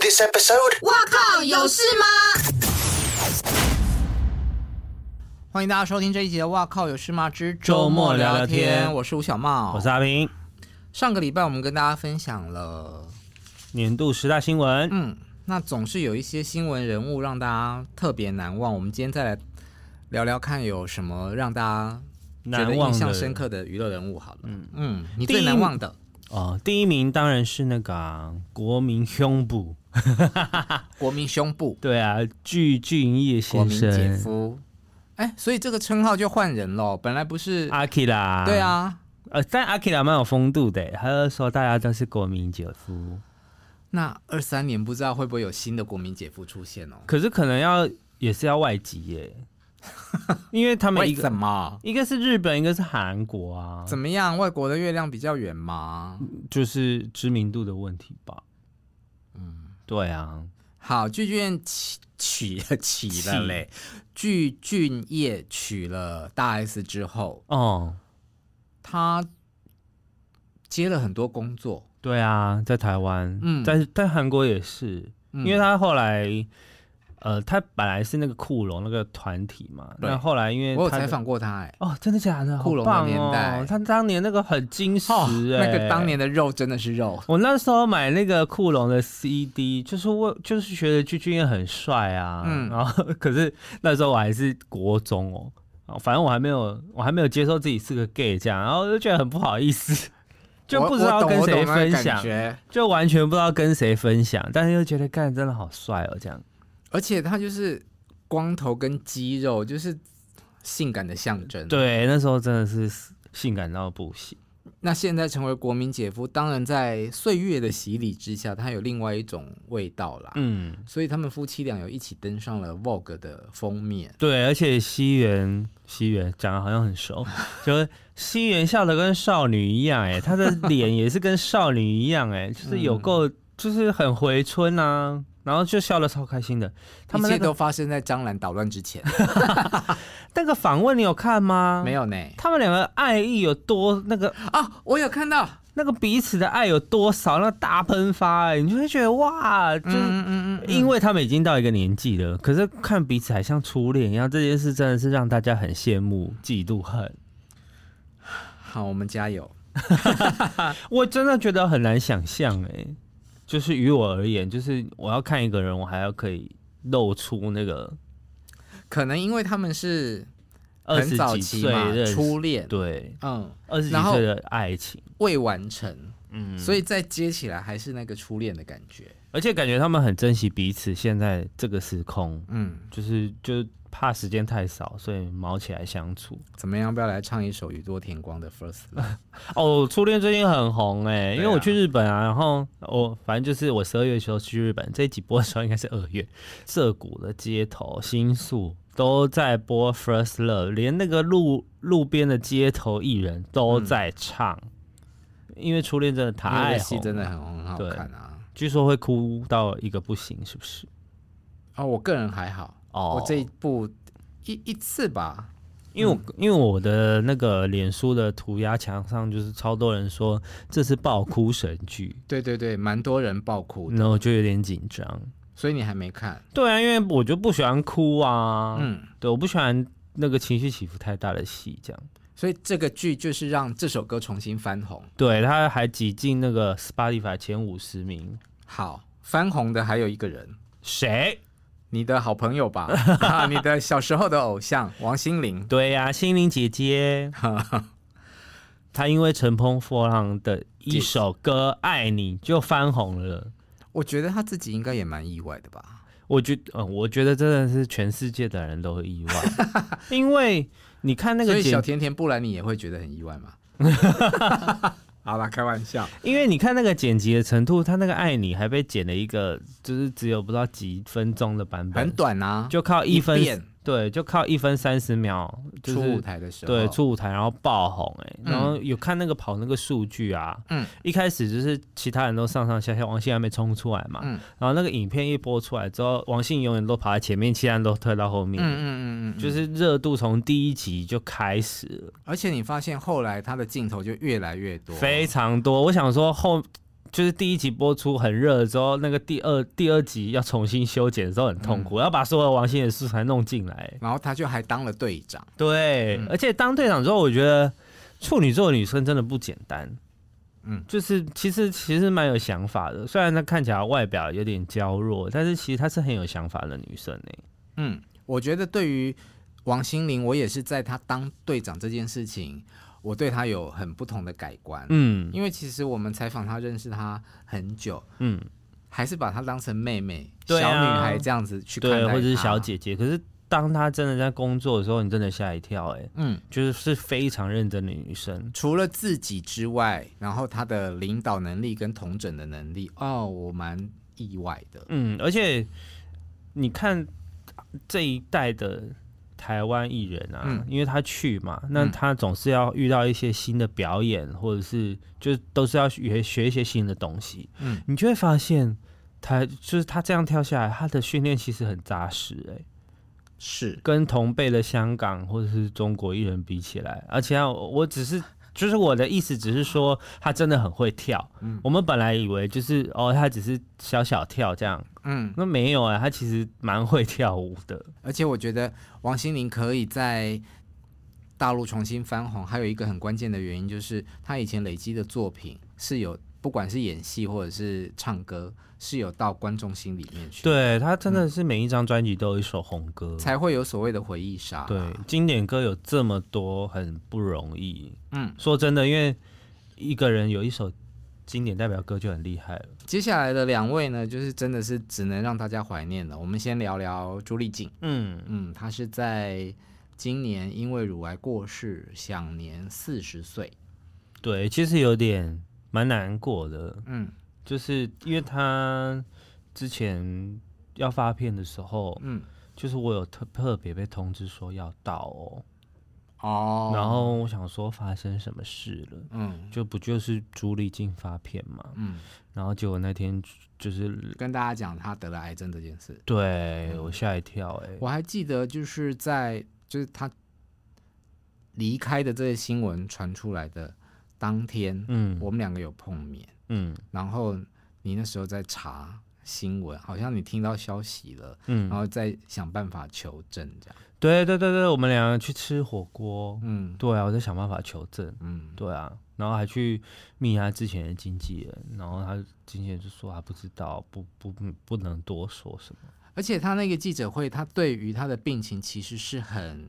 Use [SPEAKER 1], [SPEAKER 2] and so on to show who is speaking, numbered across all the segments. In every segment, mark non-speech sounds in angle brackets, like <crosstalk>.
[SPEAKER 1] this episode?
[SPEAKER 2] 欢迎大家收听这一集的《哇靠有事吗之
[SPEAKER 3] 周末聊聊天
[SPEAKER 2] 我是吴小茂。
[SPEAKER 3] 我是阿平，
[SPEAKER 2] 上个礼拜我们跟大家分享了，
[SPEAKER 3] 年度十大新闻。
[SPEAKER 2] 嗯，那总是有一些新闻人物让大家特别难忘。我们今天再来聊聊看有什么让大家觉得
[SPEAKER 3] 难忘
[SPEAKER 2] 印
[SPEAKER 3] 的
[SPEAKER 2] 象深刻的娱乐人物好了。嗯你最
[SPEAKER 3] 第一
[SPEAKER 2] 难忘的
[SPEAKER 3] 哦，第一名当然是那个、啊、国民胸部，
[SPEAKER 2] 国民胸部
[SPEAKER 3] 对啊，具俊
[SPEAKER 2] 国
[SPEAKER 3] 晔先
[SPEAKER 2] 民姐
[SPEAKER 3] 生，
[SPEAKER 2] 夫，哎，所以这个称号就换人了，本来不是
[SPEAKER 3] 阿 k 拉，
[SPEAKER 2] 对，啊。
[SPEAKER 3] 呃，但阿 k 拉蛮有风度的，他就说大家都是国民姐夫，
[SPEAKER 2] 那二三年不知道会不会有新的国民姐夫出现哦？
[SPEAKER 3] 可是可能要也是要外籍耶，
[SPEAKER 2] <laughs>
[SPEAKER 3] 因为他们一
[SPEAKER 2] 为
[SPEAKER 3] 个
[SPEAKER 2] 什么？
[SPEAKER 3] 一个是日本，一个是韩国啊，
[SPEAKER 2] 怎么样？外国的月亮比较圆吗？
[SPEAKER 3] 嗯就是知名度的问题吧。嗯，对啊，
[SPEAKER 2] 好，具俊起起起了
[SPEAKER 3] 起
[SPEAKER 2] 嘞，具俊晔娶了大 S 之后，
[SPEAKER 3] 哦，
[SPEAKER 2] 他接了很多工作，
[SPEAKER 3] 对啊，在台湾，
[SPEAKER 2] 嗯
[SPEAKER 3] 在在韩国也是，因为他后来，呃，他本来是那个库龙那个团体嘛，
[SPEAKER 2] 对
[SPEAKER 3] 那后来因为
[SPEAKER 2] 我有
[SPEAKER 3] 他的
[SPEAKER 2] 采访过他哎、
[SPEAKER 3] 哦，真的假的？
[SPEAKER 2] 库龙的
[SPEAKER 3] 好棒
[SPEAKER 2] 年
[SPEAKER 3] 哦
[SPEAKER 2] 代
[SPEAKER 3] 他当年那个很金石、
[SPEAKER 2] 哦， <laughs> 那
[SPEAKER 3] 哎
[SPEAKER 2] 个当年的肉真的是肉，
[SPEAKER 3] 我那时候买那个库龙的 CD，就是我就是觉得鞠婧祎很帅啊，
[SPEAKER 2] 嗯
[SPEAKER 3] 然后 <laughs> 可是那时候我还是国中哦。啊反正我还没有，我还没有接受自己是个 gay 这样，然后我就觉得很不好意思， <laughs> 就
[SPEAKER 2] 我
[SPEAKER 3] 不知道跟谁
[SPEAKER 2] 我懂
[SPEAKER 3] 分。
[SPEAKER 2] 我懂那个感
[SPEAKER 3] 享。
[SPEAKER 2] 觉
[SPEAKER 3] 就完全不知道跟谁分享，但是又觉得干真的好帅哦，这样。
[SPEAKER 2] 而且他就是光头跟肌肉，就是性感的象征。，
[SPEAKER 3] 对，那时候真的是性感到不行。
[SPEAKER 2] 那现在成为国民姐夫，当然在岁月的洗礼之下，他有另外一种味道啦。
[SPEAKER 3] 嗯，
[SPEAKER 2] 所以他们夫妻俩有一起登上了 Vogue 的封面。
[SPEAKER 3] 对，而且西元西元讲的好像很熟，就是西元笑的跟少女一样，哎，她的脸也是跟少女一样，哎，就是有够，就是很回春啊，然后就笑的超开心的。他们
[SPEAKER 2] 一
[SPEAKER 3] 那
[SPEAKER 2] 切都
[SPEAKER 3] 个嗯
[SPEAKER 2] 发生在张兰捣乱之前，
[SPEAKER 3] 那个访问你有看吗？
[SPEAKER 2] 没。有呢。
[SPEAKER 3] 他们两个爱意有多那个
[SPEAKER 2] 啊，我有看到，
[SPEAKER 3] 那个彼此的爱有多少，那个大喷发、哎，你就会觉得哇，就是
[SPEAKER 2] 嗯
[SPEAKER 3] 因为他们已经到一个年纪了，可是看彼此还像初恋一样，这件事真的是让大家很羡慕、嫉妒、恨。
[SPEAKER 2] 好，我们加油。
[SPEAKER 3] 我真的觉得很难想象哎、就是于我而言，就是我要看一个人，我还要可以露出那个
[SPEAKER 2] 可能因为他们是
[SPEAKER 3] 二
[SPEAKER 2] 很
[SPEAKER 3] 十
[SPEAKER 2] 早
[SPEAKER 3] 几
[SPEAKER 2] 期
[SPEAKER 3] 岁
[SPEAKER 2] 嘛，
[SPEAKER 3] 认识
[SPEAKER 2] 初恋，
[SPEAKER 3] 对
[SPEAKER 2] 嗯，
[SPEAKER 3] 二十几
[SPEAKER 2] 然后
[SPEAKER 3] 岁的爱情，
[SPEAKER 2] 未完成，
[SPEAKER 3] 嗯，
[SPEAKER 2] 所以再接起来还是那个初恋的感觉。
[SPEAKER 3] 而且感觉他们很珍惜彼此。现在这个时空，
[SPEAKER 2] 嗯，
[SPEAKER 3] 就是就怕时间太少，所以毛起来相处。
[SPEAKER 2] 怎么样？不要来唱一首宇多田光的《First Love》
[SPEAKER 3] <laughs> 哦，初恋最近很红哎、因为
[SPEAKER 2] 对啊
[SPEAKER 3] 我去日本啊，然后我反正就是我十二月的时候去日本，这一集播的时候应该是二月，涩谷的街头、新宿都在播《First Love》，连那个路路边的街头艺人都在唱，因为初恋真的
[SPEAKER 2] 嗯因为这
[SPEAKER 3] 太
[SPEAKER 2] 戏
[SPEAKER 3] 红，
[SPEAKER 2] 真的，很很好看啊。
[SPEAKER 3] 据说会哭到一个不行，是不是？
[SPEAKER 2] 哦，我个人还好，
[SPEAKER 3] 哦
[SPEAKER 2] 我这一嗯部一一次吧，
[SPEAKER 3] 因为我、因为我的那个脸书的涂鸦墙上就是超多人说这是爆哭神剧，
[SPEAKER 2] 对对对，蛮多人爆哭的，
[SPEAKER 3] 然后我就有点紧张。
[SPEAKER 2] 所以你还没看。
[SPEAKER 3] 对啊，因为我就不喜欢哭啊，
[SPEAKER 2] 嗯，
[SPEAKER 3] 对，我不喜欢那个情绪起伏太大的戏，这样。
[SPEAKER 2] 所以这个剧就是让这首歌重新翻红。
[SPEAKER 3] 对，他还挤进那个 Spotify 前五十名，
[SPEAKER 2] 好，翻红的还有一个人，
[SPEAKER 3] 谁？
[SPEAKER 2] 你的好朋友吧， <laughs> 啊、你的小时候的偶像王心凌。
[SPEAKER 3] 对呀、心灵
[SPEAKER 2] <laughs>
[SPEAKER 3] 姐姐，她因为乘风破浪的一首歌《爱你》就翻红了。
[SPEAKER 2] 我觉得他自己应该也蛮意外的吧。
[SPEAKER 3] 我觉嗯、我觉得真的是全世界的人都
[SPEAKER 2] <laughs>
[SPEAKER 3] 意外，因为你看那
[SPEAKER 2] 所
[SPEAKER 3] 个
[SPEAKER 2] 以
[SPEAKER 3] 姐 <laughs>
[SPEAKER 2] 小甜甜布兰妮也会觉得很意外嘛。好啦，开玩笑。
[SPEAKER 3] 因为你看那个剪辑的程度，他那个爱你还被剪了一个，就是只有不知道几分钟的版本，
[SPEAKER 2] 很短啊，
[SPEAKER 3] 就靠一分
[SPEAKER 2] 一遍
[SPEAKER 3] 对，就靠一分三十秒，就是
[SPEAKER 2] 出舞台的时候，
[SPEAKER 3] 对，出舞台然后爆红哎、
[SPEAKER 2] 嗯
[SPEAKER 3] 然后有看那个跑那个数据啊，
[SPEAKER 2] 嗯
[SPEAKER 3] 一开始就是其他人都上上下下，王信还没冲出来嘛，
[SPEAKER 2] 嗯
[SPEAKER 3] 然后那个影片一播出来之后，王信永远都跑在前面，其他人都退到后面，
[SPEAKER 2] 嗯嗯嗯嗯，
[SPEAKER 3] 就
[SPEAKER 2] 就是
[SPEAKER 3] 是热度从第一集就开始了，
[SPEAKER 2] 而且你发现后来他的镜头就越来越多，
[SPEAKER 3] 非常多。我想说后就是第一集播出很热了之后，那个第二第二集要重新修剪的时候很痛
[SPEAKER 2] 嗯
[SPEAKER 3] 苦，要把所有王心的素材弄进来。
[SPEAKER 2] 然后他就还当了队长，
[SPEAKER 3] 对，
[SPEAKER 2] 嗯
[SPEAKER 3] 而且当队长之后，我觉得处女座的女生真的不简单。
[SPEAKER 2] 嗯
[SPEAKER 3] 就是其实其实蛮有想法的，虽然她看起来外表有点娇弱，但是其实她是很有想法的女生欸呢、
[SPEAKER 2] 嗯，我觉得对于王心凌，我也是在她当队长这件事情，我对她有很不同的改观，
[SPEAKER 3] 嗯
[SPEAKER 2] 因为其实我们采访她，认识她很久，
[SPEAKER 3] 嗯，
[SPEAKER 2] 还是把她当成妹妹、
[SPEAKER 3] 对
[SPEAKER 2] 小
[SPEAKER 3] 啊
[SPEAKER 2] 女孩这样子去看待
[SPEAKER 3] 对，
[SPEAKER 2] 她，
[SPEAKER 3] 或者是小，姐姐。可是当她真的在工作的时候，你真的吓一跳、哎，
[SPEAKER 2] 嗯。
[SPEAKER 3] 就是是非常认真的女生。
[SPEAKER 2] 除了自己之外，然后她的领导能力跟统整的能力，哦，我蛮意外的。
[SPEAKER 3] 嗯，而且你看这一代的台湾艺人啊，
[SPEAKER 2] 嗯
[SPEAKER 3] 因为他去嘛，那
[SPEAKER 2] 嗯
[SPEAKER 3] 他总是要遇到一些新的表演，或者是就都是要学学一些新的东西。
[SPEAKER 2] 嗯，
[SPEAKER 3] 你就会发现他就是他这样跳下来，他的训练其实很扎实、欸，
[SPEAKER 2] 是，
[SPEAKER 3] 跟同辈的香港或者是中国艺人比起来，而且啊我我只是。就是我的意思，只是说他真的很会跳。
[SPEAKER 2] 嗯
[SPEAKER 3] 我们本来以为就是哦，他只是小小跳这样，
[SPEAKER 2] 嗯，
[SPEAKER 3] 那没有啊、他其实蛮会跳舞的。
[SPEAKER 2] 而且我觉得王心凌可以在大陆重新翻红，还有一个很关键的原因就是她以前累积的作品是有，不管是演戏或者是唱歌，是有到观众心里面去，，
[SPEAKER 3] 对他真的是每一张专辑都有一首红歌，
[SPEAKER 2] 嗯才会有所谓的回忆杀。
[SPEAKER 3] 对，经典歌有这么多，很不容易。
[SPEAKER 2] 嗯，
[SPEAKER 3] 说真的，因为一个人有一首经典代表歌就很厉害了。
[SPEAKER 2] 接下来的两位呢，就是真的是只能让大家怀念了。我们先聊聊朱丽静，
[SPEAKER 3] 嗯，
[SPEAKER 2] 嗯，她是在今年因为乳癌过世，享年四十岁。
[SPEAKER 3] 对，其实有点蛮难过的，
[SPEAKER 2] 嗯
[SPEAKER 3] 就是因为他之前要发片的时候，
[SPEAKER 2] 嗯，
[SPEAKER 3] 就是我有特特别被通知说要到哦，
[SPEAKER 2] 哦，
[SPEAKER 3] 然后我想说发生什么事了。
[SPEAKER 2] 嗯
[SPEAKER 3] 就不就是朱丽静发片嘛，
[SPEAKER 2] 嗯，
[SPEAKER 3] 然后结果那天就是
[SPEAKER 2] 跟大家讲她得了癌症这件事。
[SPEAKER 3] 对我吓一跳哎、
[SPEAKER 2] 我还记得就是在就是他离开的这些新闻传出来的当天，
[SPEAKER 3] 嗯
[SPEAKER 2] 我们两个有碰面，
[SPEAKER 3] 嗯
[SPEAKER 2] 然后你那时候在查新闻，好像你听到消息了，然
[SPEAKER 3] 嗯，
[SPEAKER 2] 后再想办法求证这样。
[SPEAKER 3] 对对对对，我们两个去吃火锅，
[SPEAKER 2] 嗯
[SPEAKER 3] 对啊，我在想办法求证，
[SPEAKER 2] 嗯，
[SPEAKER 3] 对啊，然后还去密他之前的经纪人，然后他经纪人就说他不知道，不不不不能多说什么，
[SPEAKER 2] 而且他那个记者会，他对于他的病情其实是很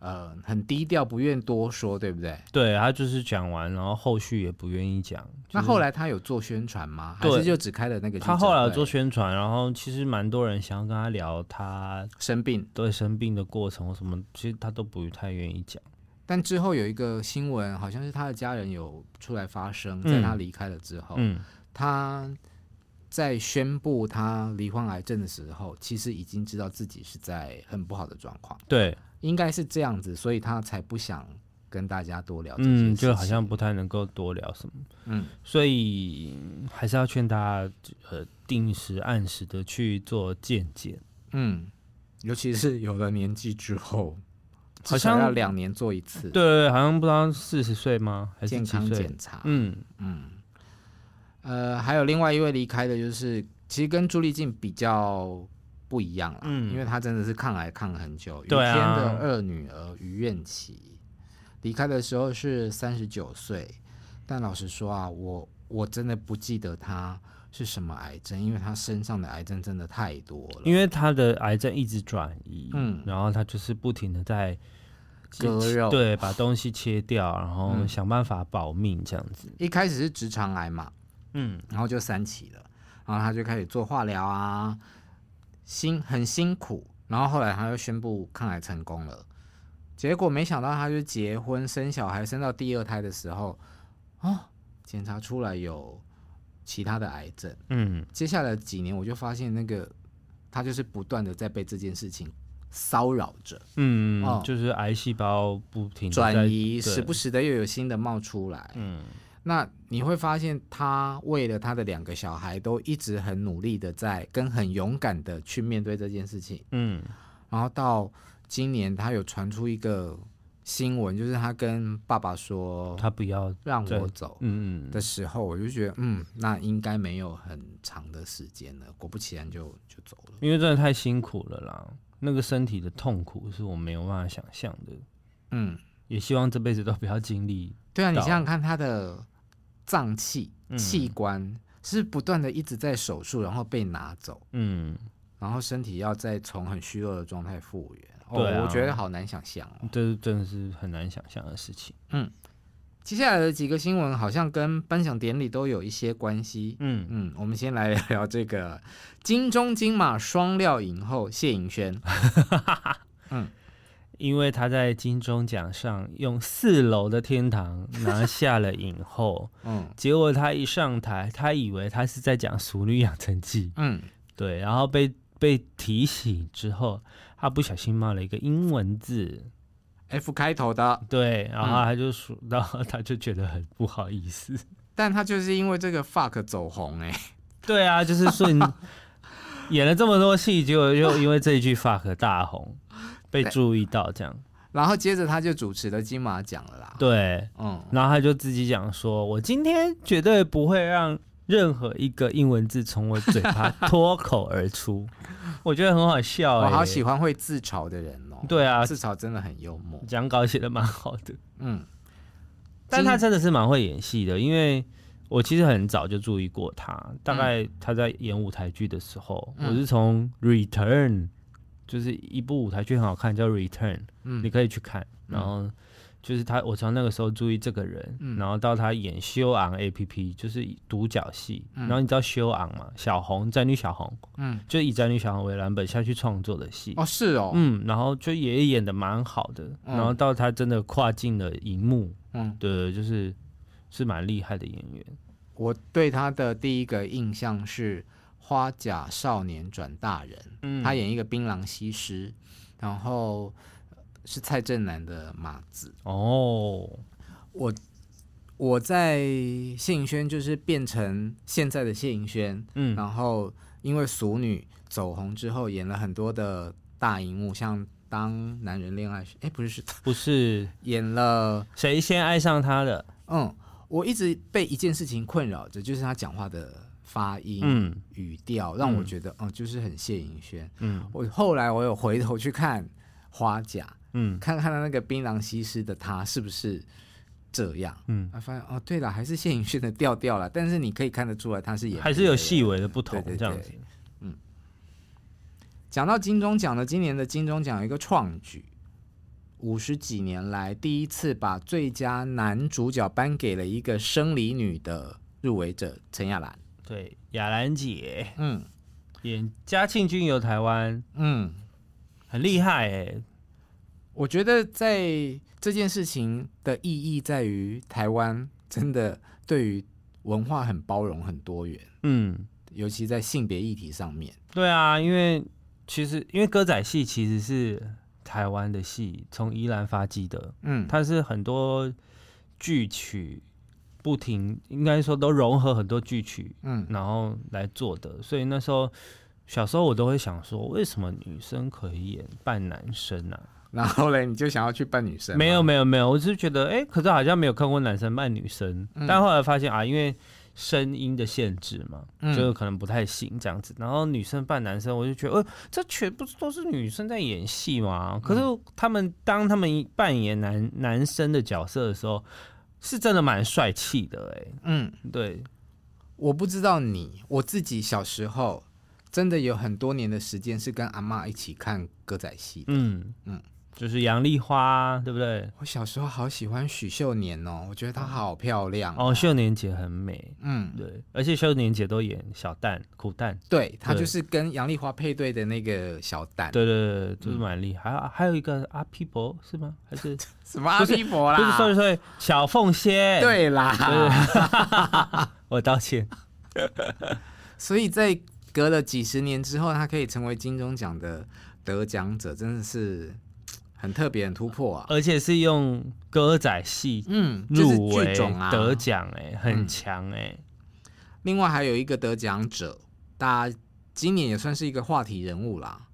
[SPEAKER 2] 呃很低调，不愿多说，对不对？
[SPEAKER 3] 对他就是讲完，然后后续也不愿意讲，
[SPEAKER 2] 那
[SPEAKER 3] 就是
[SPEAKER 2] 后来他有做宣传吗？还
[SPEAKER 3] 对
[SPEAKER 2] 是就只开了那个记者会？
[SPEAKER 3] 他后来有做宣传，然后其实蛮多人想要跟他聊他
[SPEAKER 2] 生病，
[SPEAKER 3] 对生病的过程或什么，其实他都不太愿意讲。
[SPEAKER 2] 但之后有一个新闻，好像是他的家人有出来发声，
[SPEAKER 3] 嗯
[SPEAKER 2] 在他离开了之后，
[SPEAKER 3] 嗯，
[SPEAKER 2] 他在宣布他罹患癌症的时候，其实已经知道自己是在很不好的状况，
[SPEAKER 3] 对，
[SPEAKER 2] 应该是这样子，所以他才不想跟大家多聊这件事情。
[SPEAKER 3] 嗯，就好像不太能够多聊什么，
[SPEAKER 2] 嗯
[SPEAKER 3] 所以还是要劝大家，呃，定时按时的去做健检。
[SPEAKER 2] 嗯，尤其是有了年纪之后，
[SPEAKER 3] 好
[SPEAKER 2] 至少
[SPEAKER 3] 像
[SPEAKER 2] 要两年做一次
[SPEAKER 3] 对对，好像不知道四十岁吗？还是
[SPEAKER 2] 健
[SPEAKER 3] 几
[SPEAKER 2] 康
[SPEAKER 3] 岁
[SPEAKER 2] 检？查。
[SPEAKER 3] 嗯，
[SPEAKER 2] 嗯，呃，还有另外一位离开的，就是其实跟朱丽静比较不一样啦，
[SPEAKER 3] 嗯
[SPEAKER 2] 因为她真的是抗癌抗很久。
[SPEAKER 3] 对
[SPEAKER 2] 于
[SPEAKER 3] 啊
[SPEAKER 2] 天的二女儿于愿琪离开的时候是三十九岁，但老实说啊，我我真的不记得她是什么癌症，因为她身上的癌症真的太多了，
[SPEAKER 3] 因为他的癌症一直转移，
[SPEAKER 2] 嗯
[SPEAKER 3] 然后他就是不停的在
[SPEAKER 2] 割肉。，
[SPEAKER 3] 对把东西切掉，然后
[SPEAKER 2] 嗯
[SPEAKER 3] 想办法保命这样子。
[SPEAKER 2] 一开始是直肠癌嘛，
[SPEAKER 3] 嗯，
[SPEAKER 2] 然后就三期了，然后他就开始做化疗啊，辛很辛苦，然后后来他又宣布抗癌成功了，结果没想到他就结婚生小孩，生到第二胎的时候，哦，检查出来有其他的癌症。
[SPEAKER 3] 嗯，
[SPEAKER 2] 接下来几年，我就发现那个他就是不断的在被这件事情骚扰着，
[SPEAKER 3] 嗯，
[SPEAKER 2] 哦
[SPEAKER 3] 就是癌细胞不停地在
[SPEAKER 2] 转移，
[SPEAKER 3] 对
[SPEAKER 2] 时不时的又有新的冒出来。
[SPEAKER 3] 嗯
[SPEAKER 2] 那你会发现，他为了他的两个小孩，都一直很努力的在跟很勇敢的去面对这件事情。
[SPEAKER 3] 嗯
[SPEAKER 2] 然后到今年，他有传出一个新闻，就是他跟爸爸说，
[SPEAKER 3] 他不要，
[SPEAKER 2] 让
[SPEAKER 3] 对
[SPEAKER 2] 我走。
[SPEAKER 3] 嗯
[SPEAKER 2] 的时候，我就觉得，嗯，那应该没有很长的时间了。果不其然就，就走了。
[SPEAKER 3] 因为真的太辛苦了啦，那个身体的痛苦是我没有办法想象的，
[SPEAKER 2] 嗯，
[SPEAKER 3] 也希望这辈子都不要经历。
[SPEAKER 2] 对啊，你
[SPEAKER 3] 到
[SPEAKER 2] 想想看，他的脏器、
[SPEAKER 3] 嗯
[SPEAKER 2] 器官是不断的一直在手术，然后被拿走，
[SPEAKER 3] 嗯，
[SPEAKER 2] 然后身体要再从很虚弱的状态复原。哦，
[SPEAKER 3] 对啊
[SPEAKER 2] 我觉得好难想象哦。
[SPEAKER 3] 这真的是很难想象的事情。
[SPEAKER 2] 接下来的几个新闻好像跟颁奖典礼都有一些关系。
[SPEAKER 3] 嗯，
[SPEAKER 2] 嗯，我们先来聊聊这个金钟金马双料影后谢盈
[SPEAKER 3] <laughs>
[SPEAKER 2] 萱。
[SPEAKER 3] 因为他在金钟奖上用四楼的天堂拿下了影后，
[SPEAKER 2] 嗯
[SPEAKER 3] 结果他一上台，他以为他是在讲《熟女养成记》，
[SPEAKER 2] 嗯，
[SPEAKER 3] <laughs> 对，然后被被提醒之后，他不小心骂了一个英文字，
[SPEAKER 2] F 开头的，
[SPEAKER 3] 对，然后
[SPEAKER 2] 嗯
[SPEAKER 3] 他就数到，他就觉得很不好意思。 <laughs>
[SPEAKER 2] 但他就是因为这个 fuck 走红哎、
[SPEAKER 3] 对啊，就是瞬演了这么多戏，结果又因为这一句 fuck 大红，被
[SPEAKER 2] 对
[SPEAKER 3] 注意到这样。
[SPEAKER 2] 然后接着他就主持了金马奖了啦。，
[SPEAKER 3] 对，
[SPEAKER 2] 嗯，
[SPEAKER 3] 然后他就自己讲说：“我今天绝对不会让任何一个英文字从我嘴
[SPEAKER 2] <laughs>
[SPEAKER 3] 巴脱口而出。”我觉得很好笑、欸，
[SPEAKER 2] 我好喜。欢会自嘲的人哦。
[SPEAKER 3] 对啊
[SPEAKER 2] 自嘲真的很幽默。
[SPEAKER 3] 讲稿写的蛮好的，
[SPEAKER 2] 嗯，
[SPEAKER 3] 但他
[SPEAKER 2] 金
[SPEAKER 3] 真的是蛮会演戏的，因为我其实很早就注意过他，大概他在演舞台剧的时候，
[SPEAKER 2] 嗯
[SPEAKER 3] 我是从《Return》，就是一部舞台剧很好看，叫《Return》，你
[SPEAKER 2] 嗯嗯
[SPEAKER 3] 可以去看。然后就是他，我从那个时候注意这个人，然后到他演《修昂 A P P》，就是独角戏。然后你知道修昂吗？小红宅女小红，
[SPEAKER 2] 嗯，
[SPEAKER 3] 就以宅女小红为蓝本下去创作的戏。
[SPEAKER 2] 哦是哦，
[SPEAKER 3] 嗯，然后就也演的蛮好的，
[SPEAKER 2] 嗯
[SPEAKER 3] 然后到他真的跨进了荧幕，
[SPEAKER 2] 嗯
[SPEAKER 3] 对，就是是蛮厉害的演员。
[SPEAKER 2] 我对他的第一个印象是《花甲少年转大人》，
[SPEAKER 3] 嗯
[SPEAKER 2] 他演一个槟榔西施，然后呃是蔡正南的马子。
[SPEAKER 3] 哦，
[SPEAKER 2] 我我在谢颖轩就是变成现在的谢颖轩，
[SPEAKER 3] 嗯
[SPEAKER 2] 然后因为《俗女》走红之后，演了很多的大荧幕，像《当男人恋爱时》，哎，不是是
[SPEAKER 3] 不是
[SPEAKER 2] 演了，
[SPEAKER 3] 谁先爱上他的？
[SPEAKER 2] 嗯，我一直被一件事情困扰着，就是他讲话的发音、
[SPEAKER 3] 嗯
[SPEAKER 2] 语调，让我
[SPEAKER 3] 嗯
[SPEAKER 2] 觉得，哦、就是很谢颖轩。
[SPEAKER 3] 嗯
[SPEAKER 2] 我后来我有回头去看《花甲》，
[SPEAKER 3] 嗯
[SPEAKER 2] 看看他那个槟榔西施的他是不是这样。
[SPEAKER 3] 嗯，
[SPEAKER 2] 啊，发现哦，对了，还是谢颖轩的调调啦，但是你可以看得出来，他是演
[SPEAKER 3] 还是
[SPEAKER 2] 别
[SPEAKER 3] 有
[SPEAKER 2] 人
[SPEAKER 3] 细微的不同
[SPEAKER 2] 对对
[SPEAKER 3] 这样
[SPEAKER 2] 对
[SPEAKER 3] 子。
[SPEAKER 2] 讲到金钟奖呢，今年的金钟奖有一个创举，五十几年来第一次把最佳男主角颁给了一个生理女的入围者陈亚兰。
[SPEAKER 3] 对，雅兰姐
[SPEAKER 2] 嗯
[SPEAKER 3] 演嘉庆君游台湾，
[SPEAKER 2] 嗯，
[SPEAKER 3] 很厉害哎、
[SPEAKER 2] 我觉得在这件事情的意义在于，台湾真的对于文化很包容、很多元，
[SPEAKER 3] 嗯，
[SPEAKER 2] 尤其在性别议题上面。
[SPEAKER 3] 对啊，因为其实因为歌仔戏其实是台湾的戏，从宜兰发迹的，
[SPEAKER 2] 嗯，
[SPEAKER 3] 它是很多剧曲不停，应该说都融合很多剧曲，
[SPEAKER 2] 嗯
[SPEAKER 3] 然后来做的。所以那时候小时候我都会想说，为什么女生可以演扮男生啊？
[SPEAKER 2] <laughs> 然后嘞，你就想要去扮女生吗？嗯
[SPEAKER 3] 没有没有没有，我只是觉得，哎、可是好像没有看过男生扮女生。但后来发现啊，因为声音的限制嘛，
[SPEAKER 2] 嗯
[SPEAKER 3] 就可能不太行这样子。然后女生扮男生，我就觉得，呃，这全不是都是女生在演戏嘛？可是
[SPEAKER 2] 嗯
[SPEAKER 3] 他们当他们扮演男男生的角色的时候，是真的蛮帅气的、
[SPEAKER 2] 嗯。
[SPEAKER 3] 哎，对，
[SPEAKER 2] 我不知道你，我自己小时候真的有很多年的时间是跟阿妈一起看歌仔戏的。
[SPEAKER 3] 嗯
[SPEAKER 2] 嗯
[SPEAKER 3] 嗯，就是杨丽花啊，对不对？
[SPEAKER 2] 我小时候好喜欢许秀年哦，我觉得她好漂亮啊
[SPEAKER 3] 哦，秀年姐很美，
[SPEAKER 2] 嗯，
[SPEAKER 3] 对，而且秀年姐都演小蛋苦蛋，
[SPEAKER 2] 对，她
[SPEAKER 3] 对
[SPEAKER 2] 就是跟杨丽花配对的那个小蛋，
[SPEAKER 3] 对对对对，
[SPEAKER 2] 嗯
[SPEAKER 3] 就是蛮厉害。还有还有一个阿 p 伯是吗？还是
[SPEAKER 2] <laughs> 什么阿
[SPEAKER 3] 不是
[SPEAKER 2] 弥佛
[SPEAKER 3] 不是
[SPEAKER 2] 啦，
[SPEAKER 3] ？sorry sorry，小凤仙。，
[SPEAKER 2] 对啦，
[SPEAKER 3] 我道歉。
[SPEAKER 2] <laughs> 所以在隔了几十年之后，她可以成为金钟奖的得奖者，真的是很特别、很突破啊。
[SPEAKER 3] 而且是用歌仔戏
[SPEAKER 2] 嗯，就是
[SPEAKER 3] 呃入围
[SPEAKER 2] 剧种啊，
[SPEAKER 3] 得奖，哎，很
[SPEAKER 2] 嗯
[SPEAKER 3] 强哎。
[SPEAKER 2] 另外还有一个得奖者，大家今年也算是一个话题人物啦，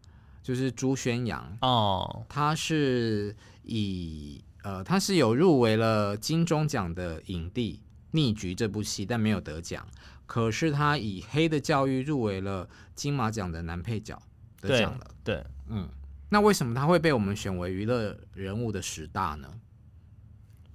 [SPEAKER 2] 就是朱宣阳，
[SPEAKER 3] 哦，
[SPEAKER 2] 他是以呃他是有入围了金钟奖的影帝《逆局》这部戏，但没有得奖。可是他以《黑的教育》入围了金马奖的男配角，得
[SPEAKER 3] 对
[SPEAKER 2] 奖了。
[SPEAKER 3] 对，
[SPEAKER 2] 嗯，那为什么他会被我们选为娱乐人物的十大呢？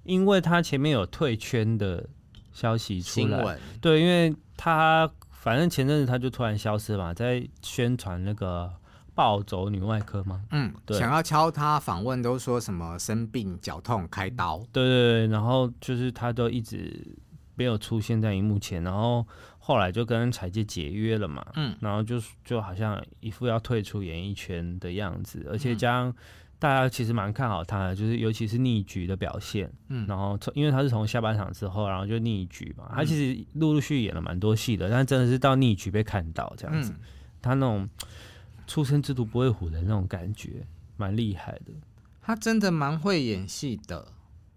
[SPEAKER 3] 因为他前面有退圈的消息出
[SPEAKER 2] 新
[SPEAKER 3] 来，
[SPEAKER 2] 闻
[SPEAKER 3] 对，因为他反正前阵子他就突然消失嘛，在宣传那个暴走女外科嘛。
[SPEAKER 2] 嗯，
[SPEAKER 3] 对
[SPEAKER 2] 想要敲他访问都说什么生病、脚痛、开刀。
[SPEAKER 3] 对对对，然后就是他都一直没有出现在荧幕前，然后后来就跟彩姐解约了嘛，
[SPEAKER 2] 嗯
[SPEAKER 3] 然后就就好像一副要退出演艺圈的样子，而
[SPEAKER 2] 嗯
[SPEAKER 3] 且加上大家其实蛮看好他的，就是尤其是逆局的表现，
[SPEAKER 2] 嗯
[SPEAKER 3] 然后从因为他是从下半场之后，然后就逆局嘛，他其实陆陆续续演了蛮多戏的，但真的是到逆局被看到这样子，
[SPEAKER 2] 嗯，
[SPEAKER 3] 他那种出生之犊不畏虎的那种感觉，蛮厉害的。
[SPEAKER 2] 他真的蛮会演戏的，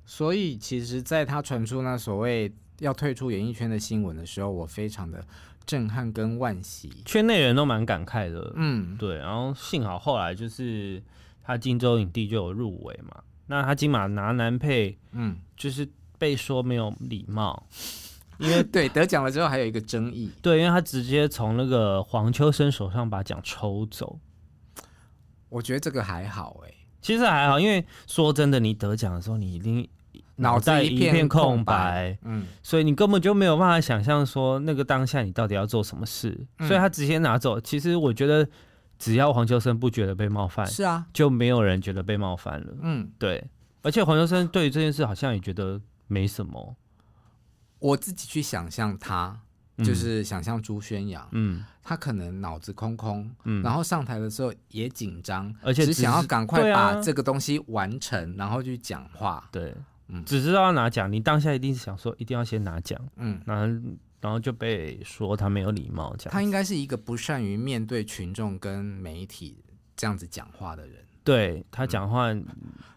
[SPEAKER 2] 所以其实，在他传出那所谓要退出演艺圈的新闻的时候，我非常的震撼跟惋惜。
[SPEAKER 3] 圈内人都蛮感慨的，
[SPEAKER 2] 嗯，
[SPEAKER 3] 对，然后幸好后来就是他金州影帝就有入围嘛，那他金马拿男配
[SPEAKER 2] 嗯，
[SPEAKER 3] 就是被说没有礼貌，
[SPEAKER 2] 因为对得奖了之后还有一个争议，
[SPEAKER 3] 对，因为他直接从那个黄秋生手上把奖抽走。
[SPEAKER 2] 我觉得这个还好哎、
[SPEAKER 3] 其实还好，因为说真的，你得奖的时候你一定
[SPEAKER 2] 脑子
[SPEAKER 3] 袋
[SPEAKER 2] 一
[SPEAKER 3] 一
[SPEAKER 2] 片
[SPEAKER 3] 片
[SPEAKER 2] 空
[SPEAKER 3] 空
[SPEAKER 2] 白
[SPEAKER 3] 白，
[SPEAKER 2] 嗯，
[SPEAKER 3] 所以你根本就没有办法想象说那个当下你到底要做什么事，
[SPEAKER 2] 嗯
[SPEAKER 3] 所以他直接拿走。其实我觉得，只要黄秋生不觉得被冒犯，
[SPEAKER 2] 是啊，
[SPEAKER 3] 就没有人觉得被冒犯了。
[SPEAKER 2] 嗯，
[SPEAKER 3] 对，而且黄秋生对于这件事好像也觉得没什么，
[SPEAKER 2] 我自己去想象他，
[SPEAKER 3] 嗯
[SPEAKER 2] 就是想象朱宣阳，
[SPEAKER 3] 嗯，
[SPEAKER 2] 他可能脑子空空，
[SPEAKER 3] 嗯
[SPEAKER 2] 然后上台的时候也紧张，
[SPEAKER 3] 而且
[SPEAKER 2] 只
[SPEAKER 3] 只
[SPEAKER 2] 想要
[SPEAKER 3] 是
[SPEAKER 2] 赶快
[SPEAKER 3] 对啊
[SPEAKER 2] 把这个东西完成，然后去讲话，
[SPEAKER 3] 对，
[SPEAKER 2] 嗯
[SPEAKER 3] 只知道要拿奖，你当下一定是想说一定要先拿奖，
[SPEAKER 2] 嗯。
[SPEAKER 3] 然后然后就被说他没有礼貌这样子。
[SPEAKER 2] 他应该是一个不善于面对群众跟媒体这样子讲话的人。
[SPEAKER 3] 对他讲话，
[SPEAKER 2] 嗯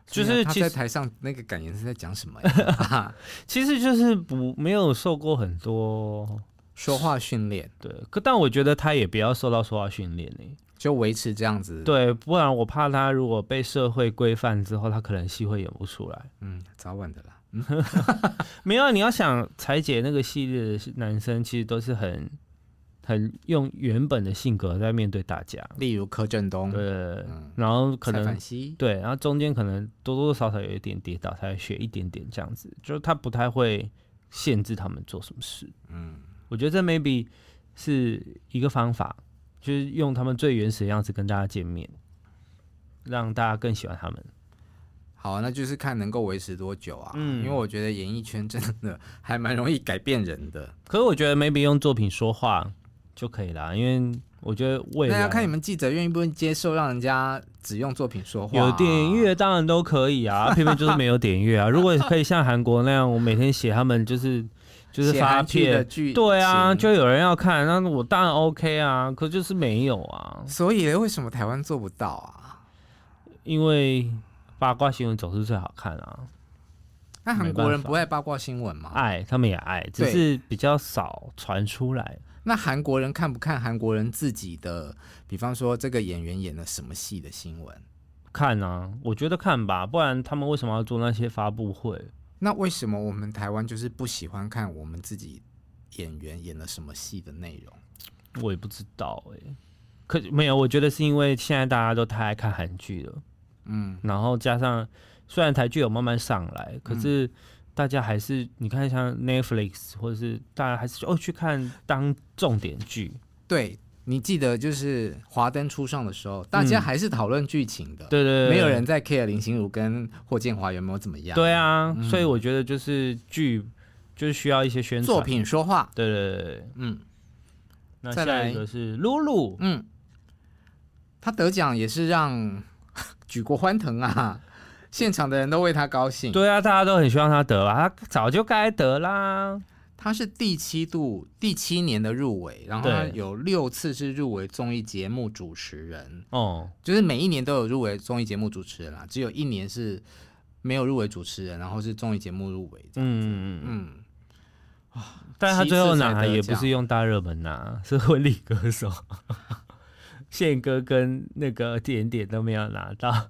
[SPEAKER 3] 就是
[SPEAKER 2] 他
[SPEAKER 3] 其
[SPEAKER 2] 在
[SPEAKER 3] 实
[SPEAKER 2] 台上那个感言是在讲什么
[SPEAKER 3] <laughs>
[SPEAKER 2] 呀？
[SPEAKER 3] 其实就是不没有受过很多
[SPEAKER 2] 说话训练
[SPEAKER 3] 对，可但我觉得他也不要受到说话训练呢、欸
[SPEAKER 2] 就维持这样子。，
[SPEAKER 3] 对，不然我怕他如果被社会规范之后，他可能戏会演不出来。
[SPEAKER 2] 嗯，早晚的啦。
[SPEAKER 3] 没有，啊你要想裁姐那个系列的男生，其实都是很很用原本的性格在面对大家，
[SPEAKER 2] 例如柯震东、
[SPEAKER 3] 对，
[SPEAKER 2] 嗯
[SPEAKER 3] 然后可
[SPEAKER 2] 蔡
[SPEAKER 3] 能
[SPEAKER 2] 凡熙，
[SPEAKER 3] 对，然后中间可能多多少少有一点跌倒，他会学一点点这样子，就是他不太会限制他们做什么事。
[SPEAKER 2] 嗯，
[SPEAKER 3] 我觉得这 maybe 是一个方法，就是用他们最原始的样子跟大家见面，让大家更喜欢他们。
[SPEAKER 2] 好，那就是看能够维持多久啊。
[SPEAKER 3] 嗯
[SPEAKER 2] 因为我觉得演艺圈真的还蛮容易改变人的。
[SPEAKER 3] 可是我觉得 maybe 用作品说话就可以啦，因为我觉得未
[SPEAKER 2] 那
[SPEAKER 3] 来
[SPEAKER 2] 要啊看你们记者愿意不愿意接受让人家只用作品说话、
[SPEAKER 3] 有点，乐当然都可以啊，偏偏就是没有点
[SPEAKER 2] <laughs>
[SPEAKER 3] 乐啊。如果可以像韩国那样，我每天写他们就是就是
[SPEAKER 2] 写
[SPEAKER 3] 发
[SPEAKER 2] 韩剧的
[SPEAKER 3] 片，
[SPEAKER 2] 剧
[SPEAKER 3] 对啊，
[SPEAKER 2] 情
[SPEAKER 3] 就有人要看，那我当然 OK 啊。可就是没有啊，
[SPEAKER 2] 所以为什么台湾做不到啊？
[SPEAKER 3] 因为八卦新闻总是最好看啊，
[SPEAKER 2] 那韩
[SPEAKER 3] 没
[SPEAKER 2] 国
[SPEAKER 3] 办
[SPEAKER 2] 人
[SPEAKER 3] 法
[SPEAKER 2] 不爱八卦新闻吗？
[SPEAKER 3] 爱他们也爱，只
[SPEAKER 2] 对
[SPEAKER 3] 是比较少传出来。
[SPEAKER 2] 那韩国人看不看韩国人自己的，比方说这个演员演了什么戏的新闻？
[SPEAKER 3] 看啊，我觉得看吧，不然他们为什么要做那些发布会？
[SPEAKER 2] 那为什么我们台湾就是不喜欢看我们自己演员演了什么戏的内容？
[SPEAKER 3] 我也不知道哎、可没有，我觉得是因为现在大家都太爱看韩剧了，
[SPEAKER 2] 嗯，
[SPEAKER 3] 然后加上虽然台剧有慢慢上来，可是大家还是、你看像 Netflix 或者是大家还是哦去看当重点剧，
[SPEAKER 2] 对，你记得就是《华灯初上》的时候，大家还是讨论剧情的，
[SPEAKER 3] 对对对，
[SPEAKER 2] 没有人在 care 林心如跟霍建华有没有怎么样。
[SPEAKER 3] 对，啊，所以我觉得就是剧就是需要一些宣传
[SPEAKER 2] 作，品说话，
[SPEAKER 3] 对对对对。
[SPEAKER 2] 嗯
[SPEAKER 3] 那
[SPEAKER 2] 再
[SPEAKER 3] 下
[SPEAKER 2] 来
[SPEAKER 3] 一个是露露，
[SPEAKER 2] 嗯，他得奖也是让 <laughs> 举国欢腾啊，现场的人都为他高兴。
[SPEAKER 3] 对啊，大家都很希望她得吧，她早就该得啦。
[SPEAKER 2] 他是第七度、第七年的入围，然后他
[SPEAKER 3] 对
[SPEAKER 2] 有六次是入围综艺节目主持人，
[SPEAKER 3] 哦，
[SPEAKER 2] 就是每一年都有入围综艺节目主持人啦，啊只有一年是没有入围主持人，然后是综艺节目入围这样。
[SPEAKER 3] 嗯嗯嗯，
[SPEAKER 2] 嗯，
[SPEAKER 3] 但她最后
[SPEAKER 2] 七次
[SPEAKER 3] 拿
[SPEAKER 2] 才得
[SPEAKER 3] 也不是
[SPEAKER 2] 奖
[SPEAKER 3] 用大热门拿， <laughs> 是婚礼歌手，宪哥跟那个点点都没有拿到。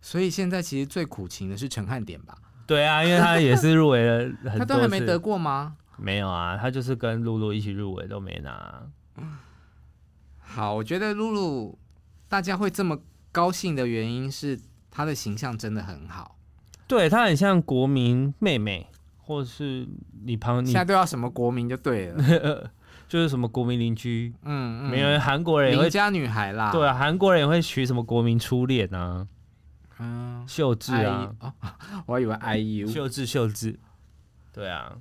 [SPEAKER 2] 所以现在其实最苦情的是陈汉典吧？
[SPEAKER 3] 对啊，因为他也是入围了很多次，
[SPEAKER 2] 他都还没得过吗？
[SPEAKER 3] 没有啊，他就是跟露露一起入围都没拿。
[SPEAKER 2] 好，我觉得露露大家会这么高兴的原因是她的形象真的很好。
[SPEAKER 3] 对她很像国民妹妹，或是你旁你
[SPEAKER 2] 现在都要什么国民就对
[SPEAKER 3] <laughs>
[SPEAKER 2] 了，
[SPEAKER 3] 就是什么国民邻居，
[SPEAKER 2] 嗯，嗯
[SPEAKER 3] 没有韩国人也会
[SPEAKER 2] 邻家女孩啦，
[SPEAKER 3] 对啊，韩国人也会取什么国民初恋啊、
[SPEAKER 2] 嗯，
[SPEAKER 3] 秀智啊、
[SPEAKER 2] I- 哦，我还以为 IU，
[SPEAKER 3] <laughs> 秀智秀智，对啊，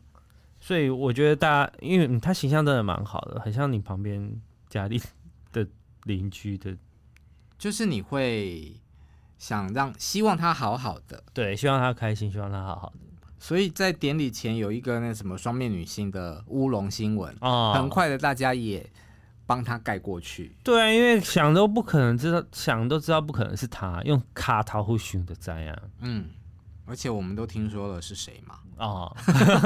[SPEAKER 3] 所以我觉得大家，因为嗯她形象真的蛮好的，很像你旁边家里的邻居的，
[SPEAKER 2] 就是你会想让希望她好好的，
[SPEAKER 3] 对，希望她开心，希望她好好的
[SPEAKER 2] 所以在典礼前有一个那什么双面女性的乌龙新闻，
[SPEAKER 3] 哦，
[SPEAKER 2] 很快的大家也帮她盖过去，
[SPEAKER 3] 对啊，因为想都不可能知道，想都知道不可能是他用卡桃互寻的灾啊。
[SPEAKER 2] 嗯，而且我们都听说了是谁嘛。
[SPEAKER 3] 哦， <laughs>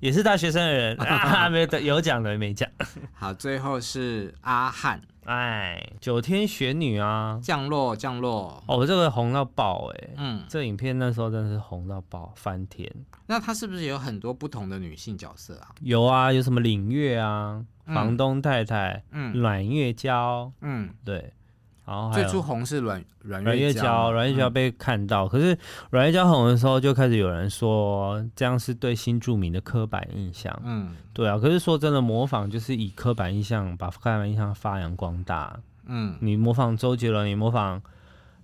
[SPEAKER 3] 也是大学生的人，啊、没有得有奖的没奖。
[SPEAKER 2] 好，最后是阿汉
[SPEAKER 3] 哎，九天玄女啊，
[SPEAKER 2] 降落降落，
[SPEAKER 3] 哦，这个红到爆哎、
[SPEAKER 2] 嗯，
[SPEAKER 3] 这影片那时候真的是红到爆，翻天。
[SPEAKER 2] 那她是不是有很多不同的女性角色啊？
[SPEAKER 3] 有啊，有什么领月啊，
[SPEAKER 2] 嗯
[SPEAKER 3] 房东太太、
[SPEAKER 2] 嗯
[SPEAKER 3] 阮月娇，
[SPEAKER 2] 嗯，
[SPEAKER 3] 对，然后还
[SPEAKER 2] 最
[SPEAKER 3] 有
[SPEAKER 2] 初红是阮阮
[SPEAKER 3] 阮月
[SPEAKER 2] 娇
[SPEAKER 3] 娇，
[SPEAKER 2] 嘛，
[SPEAKER 3] 阮
[SPEAKER 2] 嗯
[SPEAKER 3] 月娇被看到，可是阮月娇红的时候，就开始有人说这样是对新著名的刻板印象。
[SPEAKER 2] 嗯
[SPEAKER 3] 对啊，可是说真的，模仿就是以刻板印象把刻板印象发扬光大。
[SPEAKER 2] 嗯
[SPEAKER 3] 你模仿周杰伦，你模仿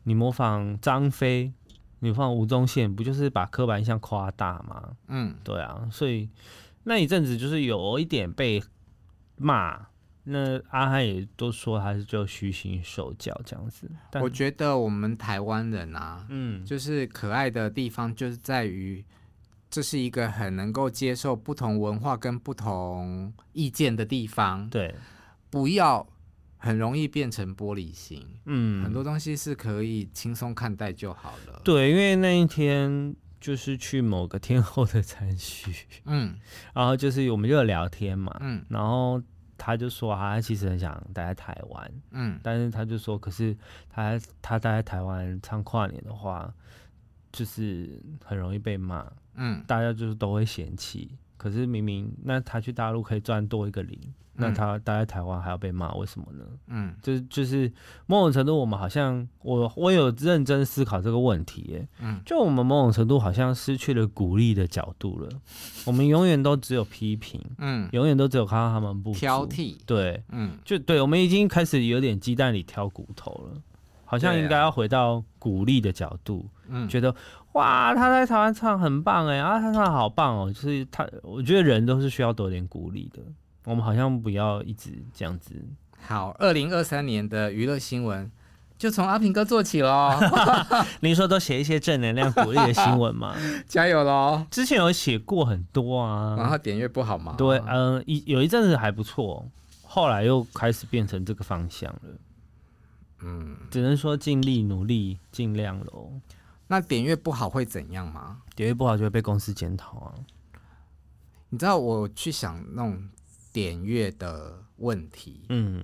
[SPEAKER 3] 你模仿张飞，你模仿吴宗宪，不就是把刻板印象夸大吗？
[SPEAKER 2] 嗯，
[SPEAKER 3] 对啊，所以那一阵子就是有一点被骂。那阿汉也都说他是就虚心受教这样子，但
[SPEAKER 2] 我觉得我们台湾人啊，
[SPEAKER 3] 嗯，
[SPEAKER 2] 就是可爱的地方就是在于，这是一个很能够接受不同文化跟不同意见的地方，
[SPEAKER 3] 对，
[SPEAKER 2] 不要很容易变成玻璃心，
[SPEAKER 3] 嗯，
[SPEAKER 2] 很多东西是可以轻松看待就好了。，
[SPEAKER 3] 对，因为那一天就是去某个天后的餐叙，
[SPEAKER 2] 嗯
[SPEAKER 3] 然后就是我们就有聊天嘛，
[SPEAKER 2] 嗯
[SPEAKER 3] 然后他就说啊，他其实很想待在台湾，
[SPEAKER 2] 嗯
[SPEAKER 3] 但是他就说，可是他他待在台湾唱跨年的话，就是很容易被骂，
[SPEAKER 2] 嗯
[SPEAKER 3] 大家就是都会嫌弃。可是明明那他去大陆可以赚多一个零，那
[SPEAKER 2] 嗯
[SPEAKER 3] 他待在台湾还要被骂，为什么呢？
[SPEAKER 2] 嗯
[SPEAKER 3] 就是就是某种程度，我们好像我我有认真思考这个问题耶。
[SPEAKER 2] 嗯
[SPEAKER 3] 就我们某种程度好像失去了鼓励的角度了，我们永远都只有批评，
[SPEAKER 2] 嗯，
[SPEAKER 3] 永远都只有看到他们不足
[SPEAKER 2] 挑，剔，
[SPEAKER 3] 对，
[SPEAKER 2] 嗯，
[SPEAKER 3] 就对我们已经开始有点鸡蛋里挑骨头了，好像应该要回到鼓励的角度，
[SPEAKER 2] 嗯
[SPEAKER 3] 觉得哇他在台湾唱很棒哎啊他唱得好棒哦，就是他，我觉得人都是需要多点鼓励的，我们好像不要一直这样子
[SPEAKER 2] 好，二零二三年的娱乐新闻就从阿平哥做起喽，
[SPEAKER 3] 您说都写一些正能量鼓励的新闻吗？
[SPEAKER 2] <laughs> 加油喽！
[SPEAKER 3] 之前有写过很多
[SPEAKER 2] 然
[SPEAKER 3] 啊，
[SPEAKER 2] 后点阅不好吗？
[SPEAKER 3] 对，嗯、一有一阵子还不错，后来又开始变成这个方向了。嗯，只能说尽力努力，尽量喽。
[SPEAKER 2] 那点阅不好会怎样吗？
[SPEAKER 3] 点阅不好就会被公司检讨啊。
[SPEAKER 2] 你知道我去想那种点阅的问题，
[SPEAKER 3] 嗯，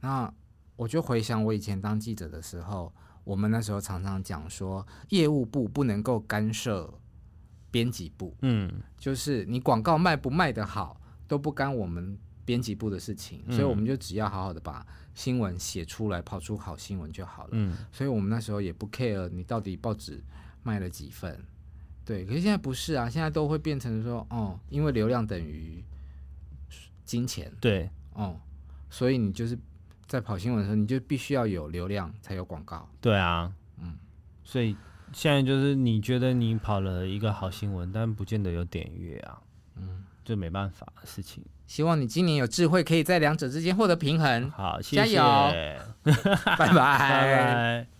[SPEAKER 2] 那我就回想我以前当记者的时候，我们那时候常常讲说，业务部不能够干涉编辑部，
[SPEAKER 3] 嗯，
[SPEAKER 2] 就是你广告卖不卖得好都不干我们编辑部的事情，
[SPEAKER 3] 嗯
[SPEAKER 2] 所以我们就只要好好的把新闻写出来，跑出好新闻就好了。
[SPEAKER 3] 嗯，
[SPEAKER 2] 所以我们那时候也不 care 你到底报纸卖了几份，对。可是现在不是啊，现在都会变成说，哦，因为流量等于金钱，
[SPEAKER 3] 对，
[SPEAKER 2] 哦，所以你就是在跑新闻的时候，你就必须要有流量才有广告。
[SPEAKER 3] 对啊，嗯
[SPEAKER 2] 嗯，
[SPEAKER 3] 所以现在就是你觉得你跑了一个好新闻，但不见得有点阅啊，嗯，这没办法的事情。
[SPEAKER 2] 希望你今年有智慧，可以嗯在两者之间获得平衡。 <laughs>
[SPEAKER 3] 好，谢
[SPEAKER 2] 加
[SPEAKER 3] 谢，
[SPEAKER 2] 油
[SPEAKER 3] 拜
[SPEAKER 2] 拜拜。
[SPEAKER 3] 拜。